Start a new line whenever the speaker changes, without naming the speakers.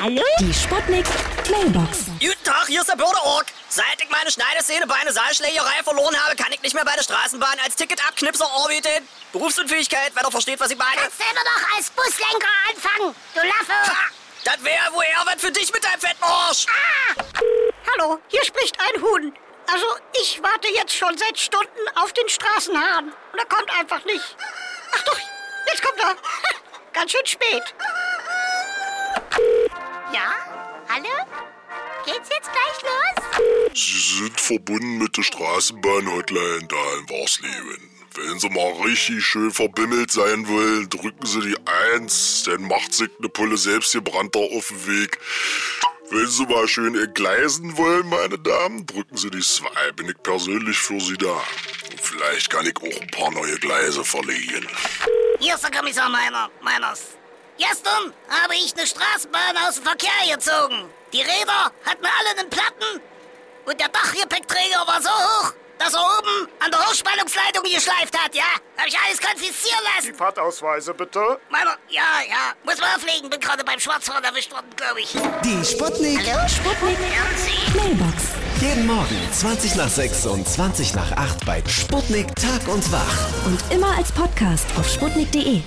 Hallo?
Die Sputnik Mailbox.
Guten Tag, hier ist der Bürgerorg. Seit ich meine Schneideszene bei einer Seilschlägerei verloren habe, kann ich nicht mehr bei der Straßenbahn als Ticketabknipser arbeiten. Berufsunfähigkeit, wenn er versteht, was ich meine.
Kannst selber doch als Buslenker anfangen, du
Ha,
Laffe.
das wäre woher was für dich mit deinem fetten Arsch.
Hallo, hier spricht ein Huhn. Also, ich warte jetzt schon seit Stunden auf den Straßenhahn. Und er kommt einfach nicht. Ach doch, jetzt kommt er. Ganz schön spät.
Ja? Hallo? Geht's jetzt gleich los?
Sie sind verbunden mit der Straßenbahn-Hotline da in Warsleben. Wenn Sie mal richtig schön verbimmelt sein wollen, drücken Sie die 1, dann macht sich eine Pulle selbstgebrannter auf den Weg. Wenn Sie mal schön entgleisen wollen, meine Damen, drücken Sie die 2, bin ich persönlich für Sie da. Und vielleicht kann ich auch ein paar neue Gleise verlegen.
Hier ist der Kommissar Meiner, Meiners. Gestern habe ich eine Straßenbahn aus dem Verkehr gezogen. Die Räder hatten alle einen Platten und der Dachgepäckträger war so hoch, dass er oben an der Hochspannungsleitung geschleift hat, ja? Hab ich alles konfiszieren lassen.
Fahrtausweise bitte.
Meiner, ja, ja, muss man auflegen, bin gerade beim Schwarzhorn erwischt worden, glaube ich.
Die Sputnik.
Hallo? Sputnik.
Mailbox.
Jeden Morgen 20 nach 6 und 20 nach 8 bei Sputnik Tag und Wach.
Und immer als Podcast auf sputnik.de.